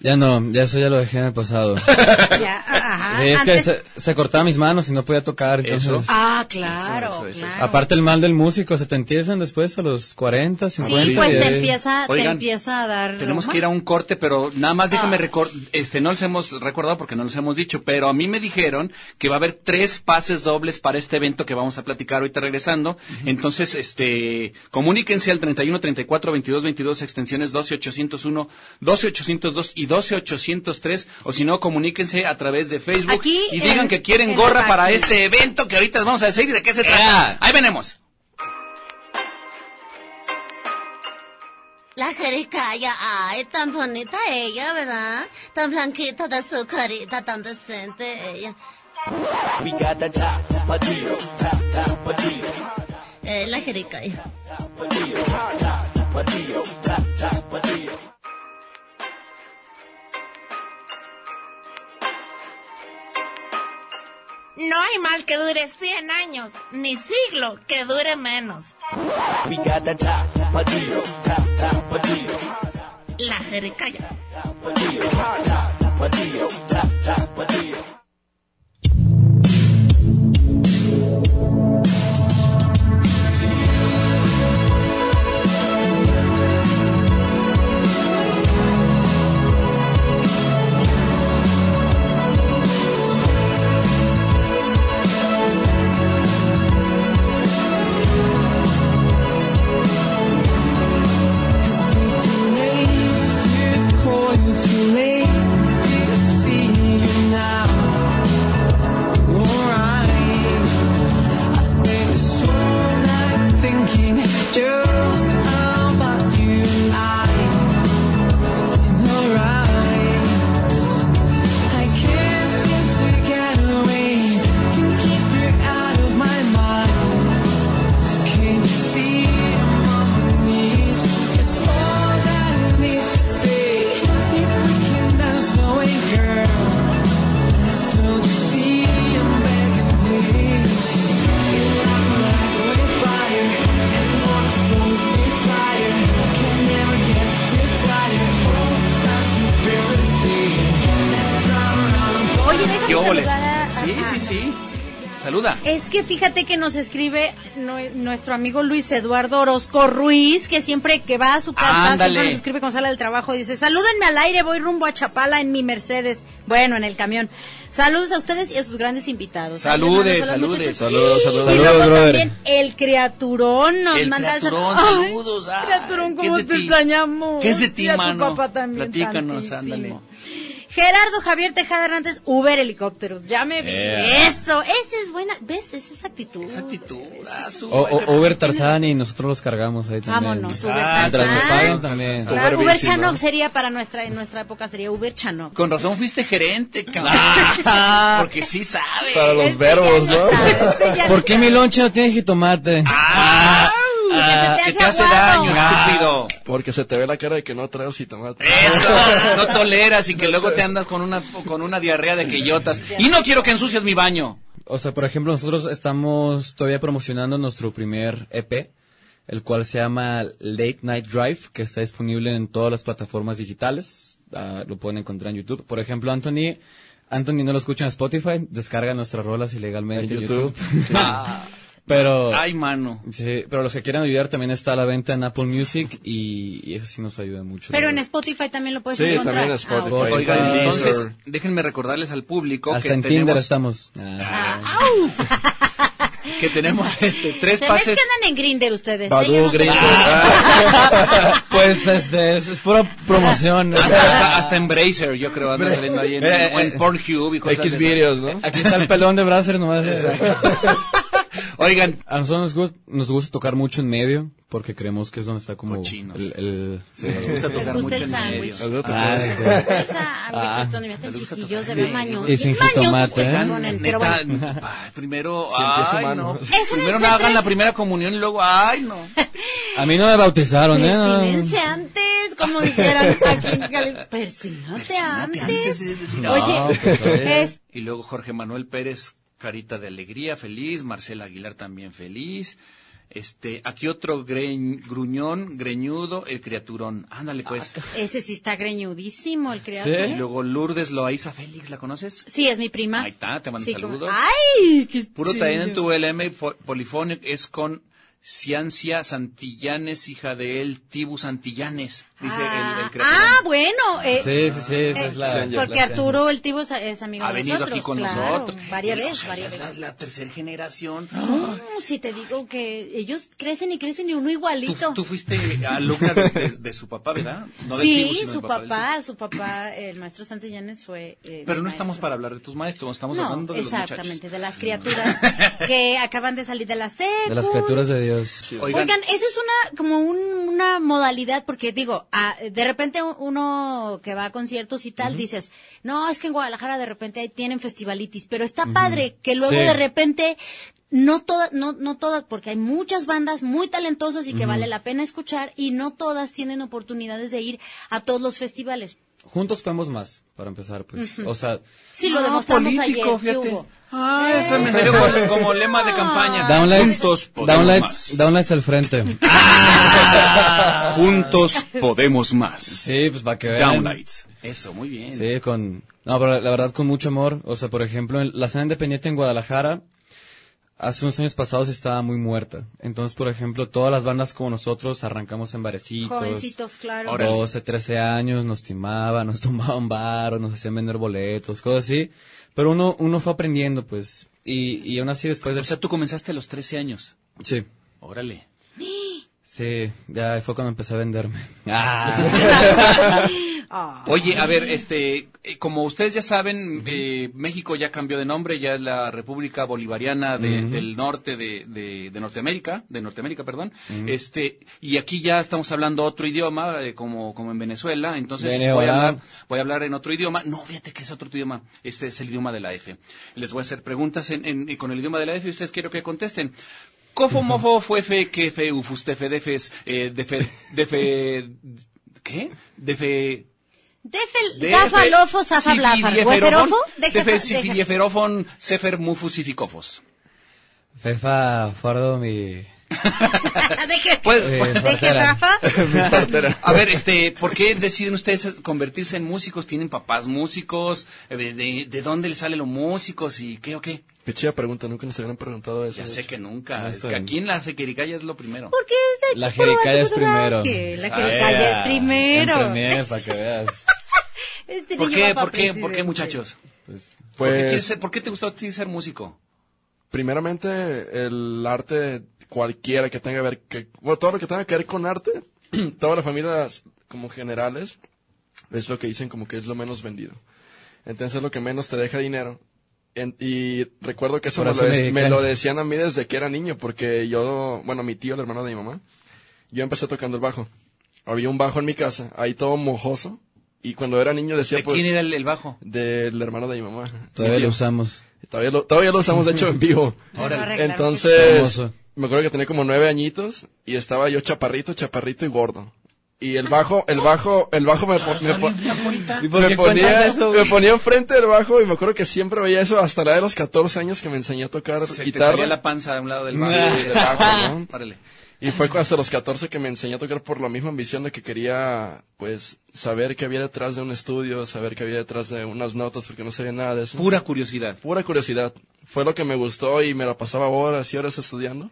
Ya no, ya eso ya lo dejé en el pasado.
Ya, ah, ajá.
Sí, es que
antes-
se, se cortaba mis manos y no podía tocar. entonces-
Eso. Ah,
Ah, claro, claro.
Aparte el mal del músico, se te empiezan después a los 40, 50.
Sí, pues
y
te
ahí-
empieza, te
Oigan,
empieza a dar.
Tenemos
Roma.
que ir a un corte, pero nada más déjame recordar, este, no los hemos recordado porque no los hemos dicho, pero a mí me dijeron que va a haber tres pases dobles para este evento que vamos a platicar ahorita regresando. Entonces, este, comuníquense al 31 34 22 22 extensiones 12 801, 12 802 y 12 803 o si no comuníquense a través de Facebook
Aquí,
y digan
en-
que quieren
en
gorra
la
para
página.
este evento que ahorita vamos a decir de qué se trata. Ahí venimos.
La jericaya, ay, tan bonita ella, ¿verdad? Tan blanquita de su carita, tan decente ella. Eh, la jericaya.
No hay mal que dure 100 años, ni siglo que dure menos. La jericaya.
Oye, déjame
¿Qué óboles?
saludar a-
Sí,
ajá.
sí, sí. Saluda.
Es que fíjate que nos escribe nue- nuestro amigo Luis Eduardo Orozco Ruiz, que siempre que va a su casa,
Ándale.
siempre nos escribe con sala del trabajo, dice, salúdenme al aire, voy rumbo a Chapala en mi Mercedes, bueno, en el camión. Saludos a ustedes y a sus grandes invitados. Ay,
Saludes,
le mando
saludes.
muchachos.
Saludos,
Sí,
saludos.
Y luego
Saludos, brother.
también el criaturón nos
El
manda
Criaturón,
Ay,
saludos, ay,
criaturón,
¿qué es
cómo
de
te
ti?
extrañamos.
¿Qué es de ti,
Y a tu
mano?
papá también,
Platícanos,
tantísimo.
ándale.
Gerardo Javier Tejada Hernández, Uber Helicópteros. Ya me vi.
Yeah.
Eso, esa es buena. ¿Ves? Esa es actitud.
Esa actitud. ah, su-
O, o- Uber Tarzán y nosotros los cargamos ahí también.
Vámonos, Uber
Ah,
Tarzán.
Mientras me pagan también.
Claro, Uber, Chanoc sería para nuestra, en nuestra época sería Uber Chanoc.
Con razón fuiste gerente, cabrón.
Ah.
Porque sí sabe.
Para los verbos, ¿no?
¿Por qué mi lonche no tiene jitomate?
Ah,
Ah, que se te
que te
hace
hace
aguado.
daño,
Ah.
estúpido.
Porque se te ve la cara de que no traes jitomate.
Eso, no toleras y que luego te andas con una con una diarrea de queyotas. Y no quiero que ensucies mi baño.
O sea, por ejemplo, nosotros estamos todavía promocionando nuestro primer EP, el cual se llama Late Night Drive, que está disponible en todas las plataformas digitales. Ah, lo pueden encontrar en YouTube. Por ejemplo, Anthony, Anthony no lo escucha en Spotify, descarga nuestras rolas ilegalmente en
En
YouTube.
YouTube.
Ah,
Pero,
Ay, mano.
sí, pero los que quieran ayudar también está a la venta en Apple Music y, y eso sí nos ayuda mucho.
Pero
la
en
verdad.
Spotify también lo puedes
Sí,
encontrar.
también en
Ah,
Spotify.
ok.
Oigan,
Ay,
entonces,
Deezer.
déjenme recordarles al público
Hasta
que
en
tenemos,
Tinder estamos. Ah.
que tenemos este, tres
Se ves que
pases.
andan en Grinder ustedes.
Badoo,
¿eh? Yo no sé.
Grindr.
pues este, es, es pura promoción.
Hasta, hasta- hasta en Bracer, yo creo, andan saliendo ahí en,
Eh,
o en
eh,
Pornhub y cosas de
X
esas.
videos, ¿no?
Aquí está el pelón de Brazzers nomás.
Oigan,
A nosotros nos gusta, nos gusta tocar mucho en medio. porque creemos que es donde está como
Cochinos.
el, el-
Sí. Les gusta tocar Les gusta mucho el en medio. sándwich.
Ah,
Les
sí.
gusta el Ah.
sándwich, Tony, mira, tan
Les gusta
chiquillos,
tocar
de
en
maño-
medio. Y sin
mañosos,
jitomate,
pues,
¿eh?
cabrones, pero
Neta,
bueno.
ay, primero,
Si empieza
ay,
humano.
no.
Ese no es
Primero
el
no hagan la
centro.
primera comunión y luego, ay, no.
A mí no me bautizaron, ¿eh? No.
Persínense Ah, antes, como dijeran aquí en Jalisco. Persínate antes. Oye,
pues, a ver.
es-
Y luego Jorge Manuel Pérez, carita de alegría, feliz. Marcela Aguilar también feliz. Este, aquí otro greñ- gruñón, greñudo, el criaturón. Ándale, pues.
ese sí está greñudísimo, el
Sí.
criatura.
Y luego Lourdes Loaiza Félix, ¿la conoces?
Sí, es mi prima.
Ahí está, te mando
Sí, Ah, como-
saludos.
¡Ay! qué
Puro
chido.
también en tu LM Polifónico es con Ciancia Santillanes, hija de él, Tibu Santillanes, dice el, el criaturón.
Ah, bueno. eh,
Sí, sí, sí, esa
eh,
es la-
Porque
la-
Arturo, el tío, es- es amigo
Ha
de
venido
nosotros.
aquí con
claro,
nosotros.
Varias
Y, o
veces,
sea,
varias
ya
veces.
es la tercera generación.
No, si te digo que ellos crecen y crecen y uno igualito.
Tú fuiste alumna de, de- de su papá, ¿verdad? No del Tibu,
sí,
sino
su
del del
papá, su papá, eh, el maestro Santillanes fue... eh,
Tibu. Pero
mi
no
maestro.
estamos para hablar de tus maestros, estamos
No,
hablando de los muchachos.
exactamente, de las criaturas que acaban de salir de la secu.
De las criaturas de
Ah,
Dios.
Oigan, esa es una como un- una modalidad porque digo, ah, de repente u- uno que va a conciertos y tal dices, "No, es que en Guadalajara de repente ahí tienen festivalitis", pero está
Ujú.
padre que luego
Sí.
de repente no todas, no, no todas, porque hay muchas bandas muy talentosas y que
Ujú.
vale la pena escuchar y no todas tienen oportunidades de ir a todos los festivales.
Juntos podemos más, para empezar, pues.
Ujú.
O sea,
Sí, lo demostramos
ah,
ayer.
político,
¿qué
fíjate.
hubo?
Ah, ese me salió como, como lema de campaña.
downlights,
Juntos podemos
downlights, downlights al frente.
más. Juntos podemos más.
Sí, pues para que vean.
Downlights. Eso, muy bien.
Sí, con... No, pero la verdad con mucho amor. O sea, por ejemplo, en la cena independiente en Guadalajara, hace unos años pasados estaba muy muerta. Entonces, por ejemplo, todas las bandas como nosotros arrancamos en barecitos.
Jovencitos, claro. Órale.
12, 13 años, nos timaban, nos tomaban bar, nos hacían vender boletos, cosas así. Pero uno, uno fue aprendiendo, pues. Y, y aún así
pues,
después de... O sea,
tú comenzaste a los 13 años.
Sí.
Órale.
Sí, ya fue cuando empecé a venderme. Ah.
Oye, a ver, este, eh, como ustedes ya saben, eh, México ya cambió de nombre, ya es la República Bolivariana de-
Ujú.
del Norte de, de- de Norteamérica, de Norteamérica, perdón.
Ujú.
Este, y aquí ya estamos hablando otro idioma, eh, como, como en Venezuela, entonces
Venezuela.
voy a, hablar, voy a hablar en otro idioma. No, fíjate que es otro idioma, este es el idioma de la F. Les voy a hacer preguntas en, en- con el idioma de la F y ustedes quiero que contesten. Cofo, mofo, fue fe, que fe, ufus, tefe, defes, eh, defe, defe, ¿qué? Defe,
Defel,
de-
gafa, zafa,
Sí,
blafa,
dieferofon,
hueferofo, deja-
defe-
deja-
sí, dieferofon, sefer, mufus y ficofos.
Fefa, Fardo, mi...
deje-
Pues-
Eh,
deje
partera.
Rafa.
A ver, este, ¿por qué deciden ustedes convertirse en músicos? ¿Tienen papás músicos? Eh, ¿De, de- de dónde les salen los músicos? ¿Y qué o qué?
Qué chida pregunta, nunca nos habían preguntado eso.
Ya
de
sé
hecho.
que nunca.
No
es
está
que
bien.
aquí en la Sequericaya es lo primero.
Porque es de
La jericaya es primero.
Que La
Ah,
jericaya es
ya.
primero.
En premier, para que veas.
Este
¿Por
niño
qué,
va pa'
por qué, por qué,
presidente.
muchachos?
Pues,
¿Por, qué
Pues-
quieres ser- por qué te gustó a ti ser músico?
Primeramente, el arte cualquiera que tenga que ver, que, bueno, todo lo que tenga que ver con arte, todas las familias como generales, es lo que dicen como que es lo menos vendido. Entonces es lo que menos te deja dinero. En- y recuerdo que eso,
Por
me,
eso
lo
me
de-
dedicas.
me lo decían a mí desde que era niño, porque yo, bueno, mi tío, el hermano de mi mamá, yo empecé tocando el bajo. Había un bajo en mi casa, ahí todo mojoso, y cuando era niño decía,
¿De
pues,
quién era el, el bajo?
del hermano de mi mamá.
Todavía
Mi tío.
lo usamos.
Todavía lo, todavía lo usamos, de hecho, en vivo.
Órale.
Arreglaron
Entonces,
Hermoso.
me acuerdo que tenía como nueve añitos y estaba yo chaparrito, chaparrito y gordo. Y el bajo, el bajo, el bajo me, po- me po-
¿Y por
me ponía,
qué cuentas eso,
me
güey?
ponía enfrente del bajo y me acuerdo que siempre veía eso hasta la de los 14 años que me enseñé a tocar
Se te
guitarra.
salía la panza de un lado del
Sí,
bajo.
del bajo, ¿no?
Órale.
Y fue hasta los 14 que me enseñé a tocar por la misma ambición de que quería, pues, saber qué había detrás de un estudio, saber qué había detrás de unas notas, porque no sabía nada de eso.
Pura curiosidad.
Pura curiosidad. Fue lo que me gustó y me la pasaba horas y horas estudiando.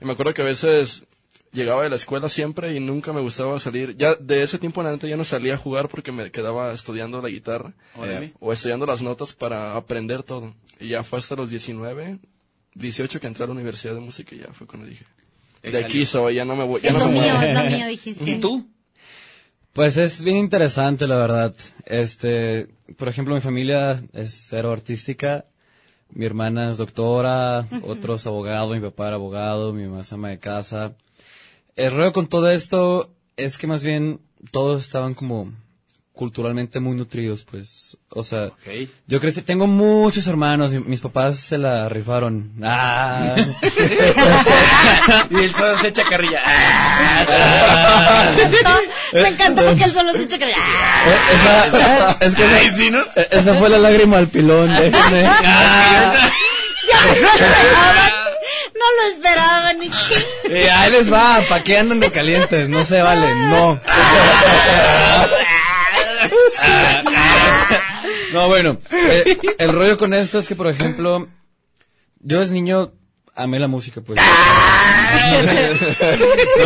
Y me acuerdo que a veces llegaba de la escuela siempre y nunca me gustaba salir. Ya de ese tiempo en adelante ya no salía a jugar porque me quedaba estudiando la guitarra
Órale.
eh, o estudiando las notas para aprender todo. Y ya fue hasta los 19, 18 que entré a la Universidad de Música y ya fue cuando dije.
Ahí
De aquí
salió.
soy, ya no me voy. Ya
Es
no
lo
me muevo".
mío, es lo mío, dijiste.
¿Y tú?
Pues es bien interesante, la verdad. Este, por ejemplo, mi familia es cero artística. Mi hermana es doctora, otro es abogado, mi papá era abogado, mi mamá es ama de casa. El rollo con todo esto es que más bien todos estaban como culturalmente muy nutridos, pues. O sea, yo crecí, tengo muchos hermanos, y mis papás se la rifaron. ¡Ah!
y él solo se echa carrilla.
Me encanta porque él solo se echa que.
Esa, es que esa, e- esa fue la lágrima al pilón, déjenme.
Ya no lo esperaban. No lo esperaban ni ching.
Eh, ahí les va, ¿pa' qué andan de calientes? No se vale, no. No, bueno, eh, el rollo con esto es que, por ejemplo, yo desde niño amé la música, pues. No,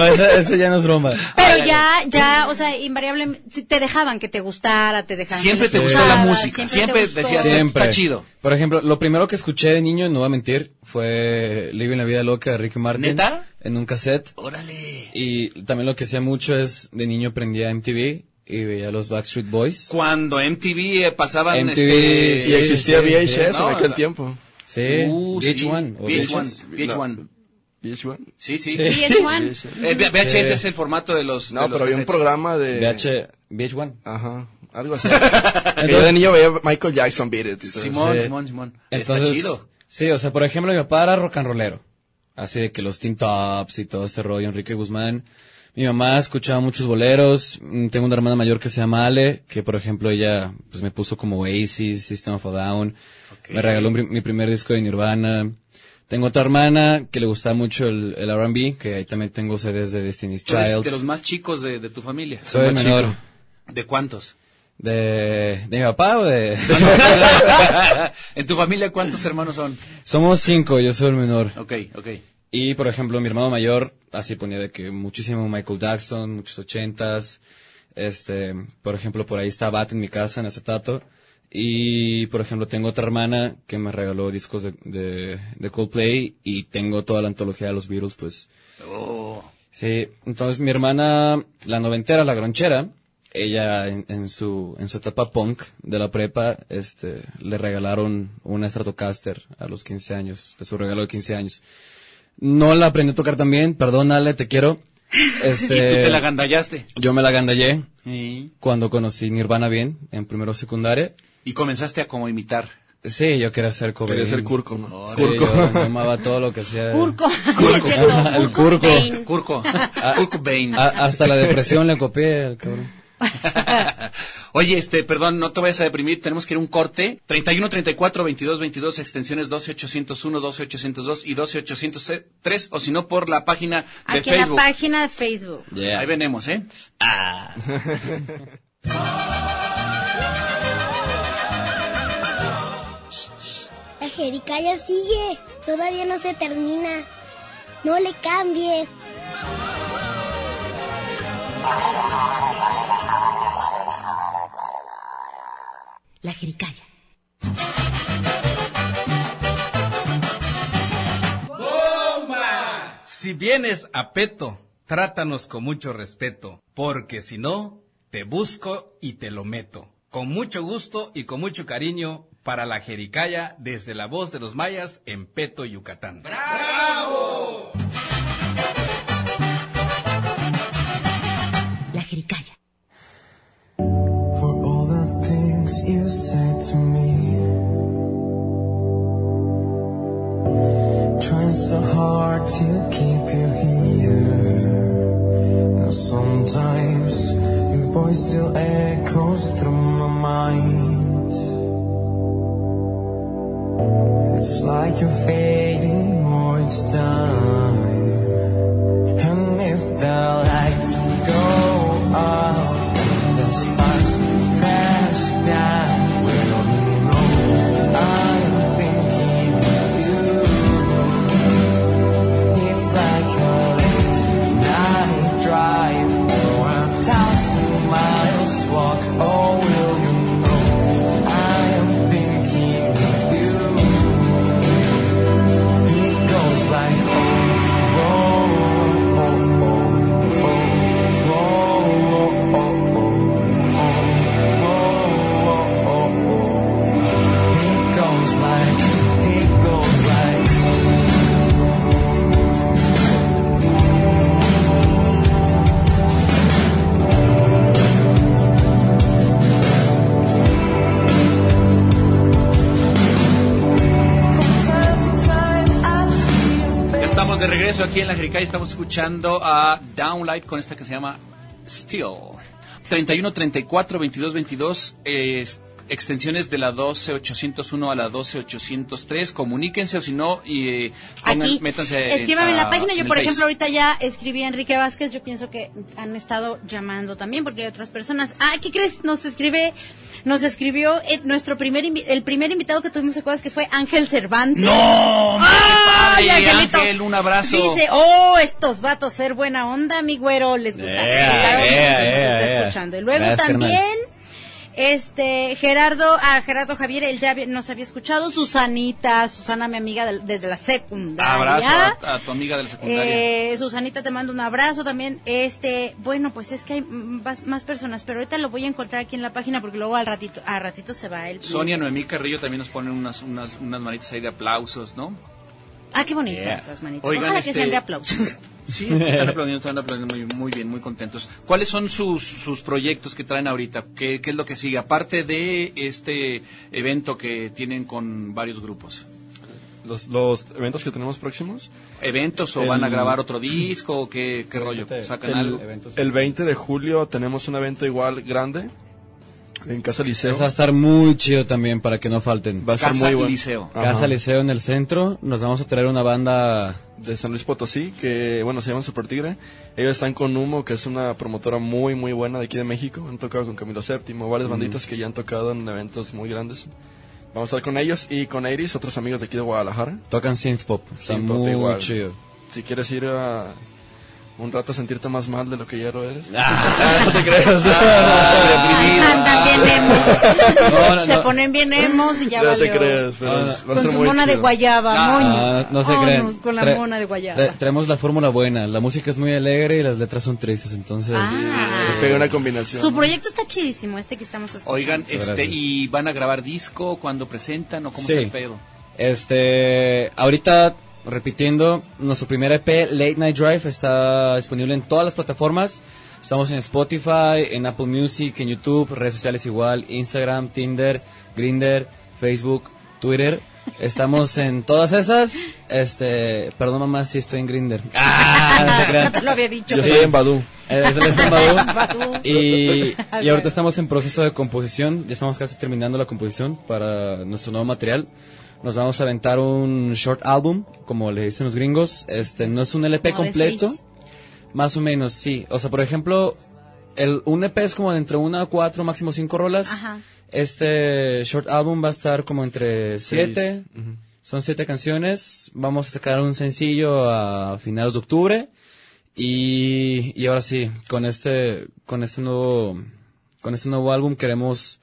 ese, ese ya no es broma.
Pero ya, ya, o sea, invariablemente, si te dejaban que te gustara, te dejaban.
Siempre
que
te
les
gustó la
gustara,
música, siempre
te gustó.
decías, "Este
Siempre.
está chido.
Por ejemplo, lo primero que escuché de niño, no voy a mentir, fue Living la Vida Loca de Ricky Martin.
¿Neta?
En un cassette. Órale. Y también lo que hacía mucho es, de niño prendía MTV y veía los Backstreet Boys.
Cuando MTV eh, pasaban...
MTV,
este,
sí, existía
este,
VHS
¿no?
en aquel tiempo. Sí,
Uh, sí,
VH1 o
VH1.
VH1.
VH1.
VH1.
Sí, sí.
VH1.
Eh, V- VHS
Sí.
es el formato de los.
No,
de los
pero había un
cassettes.
programa de...
VH, VH1.
Ajá, algo así. Yo de niño veía Michael Jackson, Beat It. y todo.
Simón, Simón, Simón. Está chido.
Sí, o sea, por ejemplo, mi papá era rock and rollero. Así de que los Teen Tops y todo este rollo, Enrique Guzmán. Mi mamá escuchaba muchos boleros. Mm, Tengo una hermana mayor que se llama Ale, que por ejemplo ella pues me puso como Oasis, System of a Down. Me regaló mi, mi primer disco de Nirvana. Tengo otra hermana que le gustaba mucho el, el R&B, que ahí también tengo CDs de Destiny's
Tú eres
Child.
de los más chicos de, de tu familia.
Soy el
Más
menor.
chico. ¿De cuántos?
¿De, ¿De mi papá o de...?
¿En tu familia cuántos hermanos son?
Somos cinco, yo soy el menor.
Ok, ok.
Y por ejemplo, mi hermano mayor así ponía de que muchísimo Michael Jackson, muchos ochentas. Este, por ejemplo, por ahí está Bat en mi casa en acetato. Y por ejemplo, tengo otra hermana que me regaló discos de, de, de Coldplay y tengo toda la antología de los Beatles, pues.
Oh.
Sí, entonces mi hermana, la noventera, la gronchera, ella en, en su en su etapa punk de la prepa, este, le regalaron una Stratocaster a los 15 años, de su regalo de 15 años. No la aprendí a tocar también, perdón Ale, te quiero. Este,
¿Y tú te la gandallaste?
Yo me la gandallé
Sí.
cuando conocí Nirvana bien, en primero o secundaria.
Y comenzaste a como imitar.
Sí, yo quería ser Cobain.
Quería ser Kurt Cobain.
Sí,
Kurt
yo
Cobain.
amaba todo lo que hacía.
Curco.
El curco. Ah.
Curco. Ah,
A-
Kurt Cobain.
a- hasta la depresión le copié al cabrón.
Oye, este, perdón, no te vayas a deprimir, tenemos que ir a un corte. 31, 34, 22, 22, extensiones 12, 801, 12, 802 y 12, 803, o si no, por la página de
Aquí en la
Facebook.
página de Facebook.
Ahí venemos, ¿eh? Ah.
La jericaya sigue, todavía no se termina. No le cambies.
La jericaya.
Si vienes a Peto, trátanos con mucho respeto, porque si no, te busco y te lo meto. Con mucho gusto y con mucho cariño para la Jericaya desde la voz de los mayas en Peto, Yucatán.
La jericaya.
for all the things you said to me. Trying so hard to keep you here. And sometimes your voice still echoes through my mind. It's like you're fading more each time. And if the lights go out and the sparks crash down, we don't know. I'm thinking of you. It's like a late night drive or a thousand miles walk. Oh, will you know? I'm thinking of you. It goes like oh, oh.
de regreso aquí en la Jericaya. Estamos escuchando a Downlight con esta que se llama Still. 31, 34, 22, 22. eh, extensiones de la 12801 a la 12803. Comuníquense o si no, y, eh, pongan-
Aquí.
métanse. eh,
Escríbame en
a-
la página.
en
Yo,
el
por
Face.
ejemplo, ahorita ya escribí a Enrique Vázquez. Yo pienso que han estado llamando también porque hay otras personas. Ah, ¿qué crees? Nos escribe. Nos escribió eh, nuestro primer invi- el primer invitado que tuvimos, ¿se acuerdas que fue Ángel Cervantes?
¡No!
¡Ay,
Ay,
Angelito!
Ángel, un abrazo.
Dice, oh, estos vatos ser buena onda, mi güero, les gusta.
Ea,
Claro,
ea,
nos está
ea, ea.
escuchando. Y luego
Gracias,
también,
carnal.
este, Gerardo, a Gerardo Javier, él ya había- nos había escuchado, Susanita, Susana, mi amiga del- desde la secundaria.
Abrazo a, a tu amiga de la secundaria.
Eh, Susanita, te mando un abrazo también. Este, bueno, pues es que hay mm, más, más personas, pero ahorita lo voy a encontrar aquí en la página porque luego al ratito, al ratito se va el.
Sonia Noemí Carrillo también nos pone unas, unas, unas manitas ahí de aplausos, ¿no?
Ah, qué bonitas
Yeah.
las manitas.
Oigan,
Ojalá que
este-
sean de aplausos.
Sí, están aplaudiendo, están aplaudiendo muy, muy bien, muy contentos. ¿Cuáles son sus, sus proyectos que traen ahorita? ¿Qué, ¿Qué es lo que sigue? Aparte de este evento que tienen con varios grupos.
Los, los eventos que tenemos próximos.
¿Eventos o
El-
van a grabar otro disco? o ¿Qué, qué rollo? ¿Sacan
El,
algo?
el 20 de julio tenemos un evento igual grande en Casa Liceo.
Eso va a estar muy chido también para que no falten.
Va a estar Casa muy bueno. Liceo. Ajá.
Casa Liceo en el centro. Nos vamos a traer una banda
de San Luis Potosí, que bueno, se llaman Super Tigre. Ellos están con Humo, que es una promotora muy, muy buena de aquí de México. Han tocado con Camilo Séptimo, varias
Ujú.
banditas que ya han tocado en eventos muy grandes. Vamos a estar con ellos y con Iris, otros amigos de aquí de Guadalajara.
Tocan synth pop. Está
Synth pop
muy
Pues igual.
chido.
Si quieres ir a un rato a sentirte más mal de lo que ya lo eres.
Ah,
no te creas.
Andan bien emos.
No, no,
Ah, Se
no.
ponen bien emos y ya
No
valió.
te creas, pero
Ah,
va a
no.
estar
Con su
muy
mona de
chido.
guayaba, moño.
Ah, no se
Oh,
creen.
no, con la
Tra-
mona de guayaba.
tra- traemos la fórmula buena. La música es muy alegre y las letras son tristes, entonces.
Ah,
Ah,
Se pega una combinación.
Su proyecto está chidísimo, este que estamos escuchando.
Oigan,
Muchas
este,
gracias.
¿y van a grabar disco cuando presentan o cómo
Sí.
está el pedo?
Este, ahorita repitiendo, nuestro primer EP Late Night Drive está disponible en todas las plataformas. Estamos en Spotify, en Apple Music, en YouTube, redes sociales igual, Instagram, Tinder, Grinder, Facebook, Twitter. Estamos en todas esas. Este, perdón mamá si estoy en Ah, Grinder.
Lo había dicho.
Badu.
Badoo.
Y, y
Ok.
ahorita estamos en proceso de composición, ya estamos casi terminando la composición para nuestro nuevo material. Nos vamos a aventar un short album, como le dicen los gringos. Este no es un LP
Como de
completo,
seis.
más o menos, sí. O sea, por ejemplo, el un EP es como de entre una a cuatro, máximo cinco rolas.
Ajá.
Este short album va a estar como entre
Seis.
siete.
Ujú.
Son siete canciones. Vamos a sacar un sencillo a finales de octubre. Y, y ahora sí, con este, con este nuevo, con este nuevo álbum queremos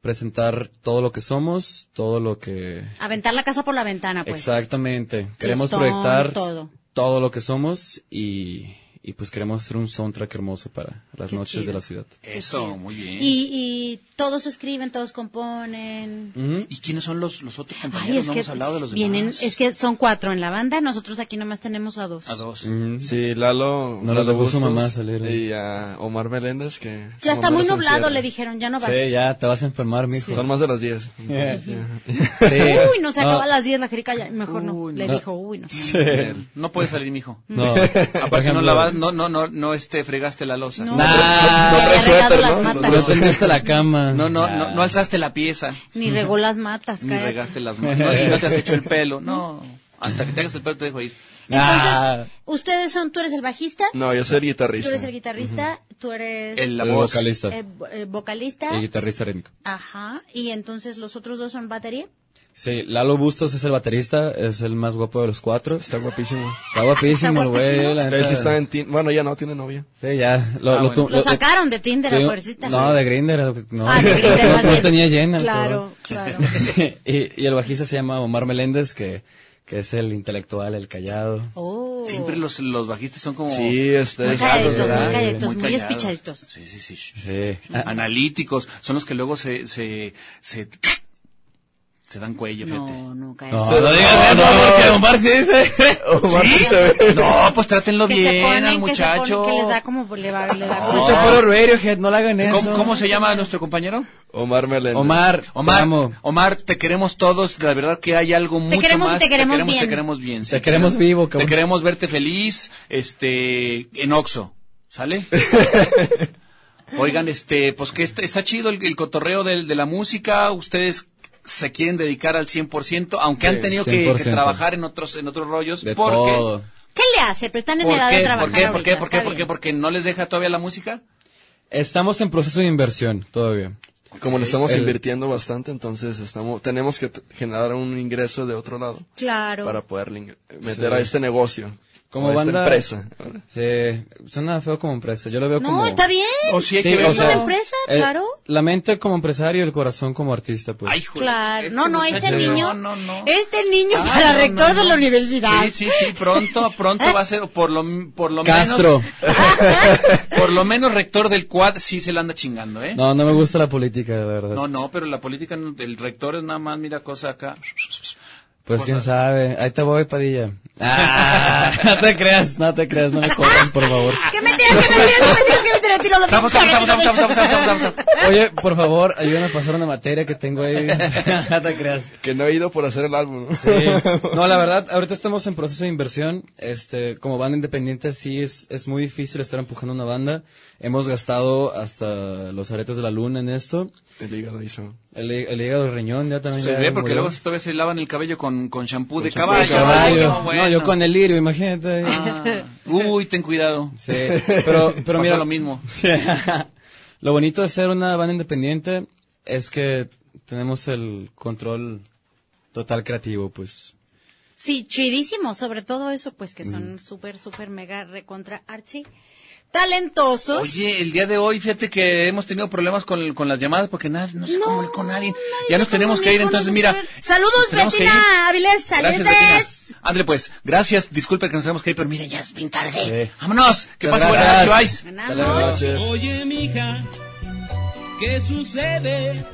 presentar todo lo que somos, todo lo que,
Aventar la casa por la ventana, pues.
exactamente. Queremos
Chistón,
proyectar
todo.
todo lo que somos y, y pues queremos hacer un soundtrack hermoso para las
Qué
noches
chido.
de la ciudad.
Eso, muy bien.
Y, y todos escriben, todos componen.
¿Y quiénes son los, los otros compañeros?
Ay, es
no
que
hemos hablado de los
vienen,
demás.
es que son cuatro en la banda, nosotros aquí nomás tenemos a dos.
A dos.
Mm.
Sí, Lalo.
No
Lalo
les dejó su
Bustos
mamá salir, ¿eh?
Y a Omar Meléndez, que. su
Ya está
mamá
muy
los
nublado,
encierra.
le dijeron, ya no vas.
Sí, ya te vas a enfermar, mijo.
Son más de las 10.
Yeah.
Sí.
Uy, no se
No.
acaba a las 10 la jerica, ya, mejor no. Le
no.
dijo, uy, no.
No puede salir, mijo.
Mm.
No. Por
Aparte, no,
ejemplo-
lava- no, no, no, no, este, fregaste la losa.
No. Nah. No traes suéter, ¿no? No
No tendiste la cama.
No, no, no, no alzaste la pieza.
Ni regó las matas,
Ni
cállate.
regaste las manos. No, y no te has hecho el pelo. No. Hasta que te hagas el pelo te dejo ir.
Entonces, ustedes son, tú eres el bajista,
No, yo soy el
tú
guitarrista.
eres el guitarrista, tú eres
El- la
El
voz.
vocalista.
eh, vo- eh, vocalista,
El guitarrista rítmico.
ajá, y entonces los otros dos son batería.
Sí, Lalo Bustos es el baterista, es el más guapo de los cuatro. Está
guapísimo.
Está guapísimo el güey. la
Pero él sí
neta.
está en tin- Bueno, ya no, tiene novia.
Sí, ya. Lo,
Ah,
lo tu-
Lo
lo-
sacaron de Tinder,
tuvimos-
a fuercita.
No, de Grindr. No,
Ah, de Grindr,
no-
más
no
bien.
tenía llena. el
Claro, claro.
cabrón. y, y el bajista se llama Omar Meléndez, que, que es el intelectual, el callado.
Oh.
Siempre los, los bajistas son como.
Sí, este,
Muy
es-
callados,
Muy
¿verdad?
calladitos,
muy
callados.
espichaditos.
Sí, sí, Ah, sí.
Ah,
Analíticos. Son los que luego se. se, se, se Se dan cuello, fíjate. No,
no, cállate.
No, no digas eso, porque Omar sí dice.
Omar sí se ve.
No, pues trátenlo bien al
Que, se
muchacho.
ponen, que les da como, le va, le da como-
Escucha puro Radiohead, no le hagan eso.
¿Cómo, cómo se llama nuestro compañero?
Omar Meléndez.
Omar, Omar, Omar, te queremos todos. La verdad que hay algo mucho
queremos y
más.
te queremos bien.
Te queremos bien. sí,
Te queremos vivo, cabrón.
Te queremos verte feliz, este, en Oxo. ¿Sale? Oigan, este, pues que está, está chido el, el cotorreo del- de la música. Ustedes se quieren dedicar al 100%, aunque
Sí,
han tenido que- Que,
100%.
trabajar en otros, en otros rollos.
De
porque,
todo.
¿Qué le hace? Pero están en
¿Por
edad de
qué?
trabajar.
¿Por qué? ¿Por qué?
ahorita,
¿Por qué?
está
¿Por qué?
bien.
¿Porque no les deja todavía la música?
Estamos en proceso de inversión todavía.
Como le estamos
El-
invirtiendo bastante, entonces estamos tenemos que t- generar un ingreso de otro lado
Claro.
para poder ling- meter
Sí.
a este negocio,
Como
a esta
banda-
empresa.
Sí, suena feo como empresa. Yo lo veo
No,
como.
está bien.
Oh,
O sí hay que verlo. Como empresa, claro.
eh, La mente como empresario y el corazón como artista, pues.
Claro, no, no, este
muchacho-
niño,
No,
este niño
Ah,
para
no,
rector
no, no.
de la universidad.
Sí, sí, sí, pronto, pronto va a ser por lo, por lo
Castro.
menos. Por lo menos rector del quad sí se la anda chingando, ¿eh?
No, no me gusta la política, de verdad.
No, no, pero la política, no- el rector es nada más, mira, cosa acá.
pues quién sabe. Ahí te voy, Padilla. Ah, no te creas, no te creas, no me corras, por favor.
¿Qué me tiras, que me tiras, que me tiras, que me tiras? Tiro los
Vamos, vamos, vamos, vamos, vamos, vamos, vamos, vamos.
Oye, por favor, ayúdame a pasar una materia que tengo ahí. no te creas.
Que no he ido por hacer el álbum. ¿no?
Sí. No, la verdad, ahorita estamos en proceso de inversión. Este, como banda independiente, sí es, es muy difícil estar empujando una banda. Hemos gastado hasta los aretes de la luna en esto.
El hígado hizo.
El, hí- el hígado el riñón ya también.
Se
ya
ve porque
murió.
luego todavía se lavan el cabello con, con shampoo de
Chapo
caballo.
de caballo.
Ay,
No, yo con el lirio, imagínate.
Uy, ten cuidado.
Sí, pero, pero
Ah. Pasó
mira.
lo mismo.
lo bonito de ser una banda independiente es que tenemos el control total creativo, pues.
Sí, chidísimo, sobre todo eso, pues que son
Mm.
súper, súper mega recontra archi talentosos.
Oye, el día de hoy, fíjate que hemos tenido problemas con, con las llamadas porque nada, no se comunicó con nadie. Ya nos tenemos que ir, entonces mira.
Saludos,
nos tenemos que ir.
Betina Avilés, saludos.
Gracias, Betina. Ándale, pues, gracias. Disculpe que nos tenemos que ir, pero miren, ya es bien tarde. Vámonos. Que pase buena noche, vais.
Oye, mija, ¿qué sucede?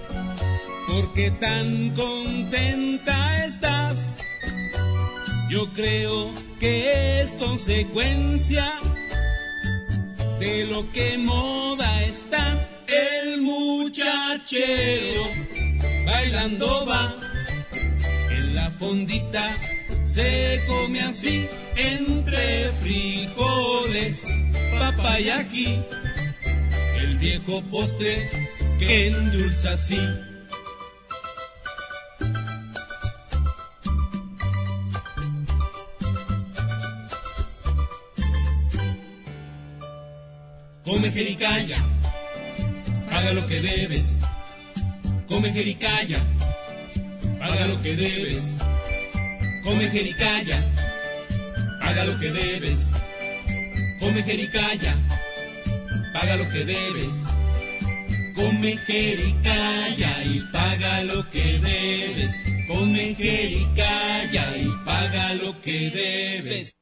¿Por qué tan contenta estás? Yo creo que es consecuencia de lo que moda está. El muchachero bailando va en la fondita. Se come así entre frijoles, papaya ají el viejo postre que endulza así. Come jericaya, paga lo que debes. Come jericaya, paga lo que debes. Come jericaya, paga lo que debes. Come jericaya paga lo que debes. Come jericaya y paga lo que debes. Come jericaya y paga lo que debes.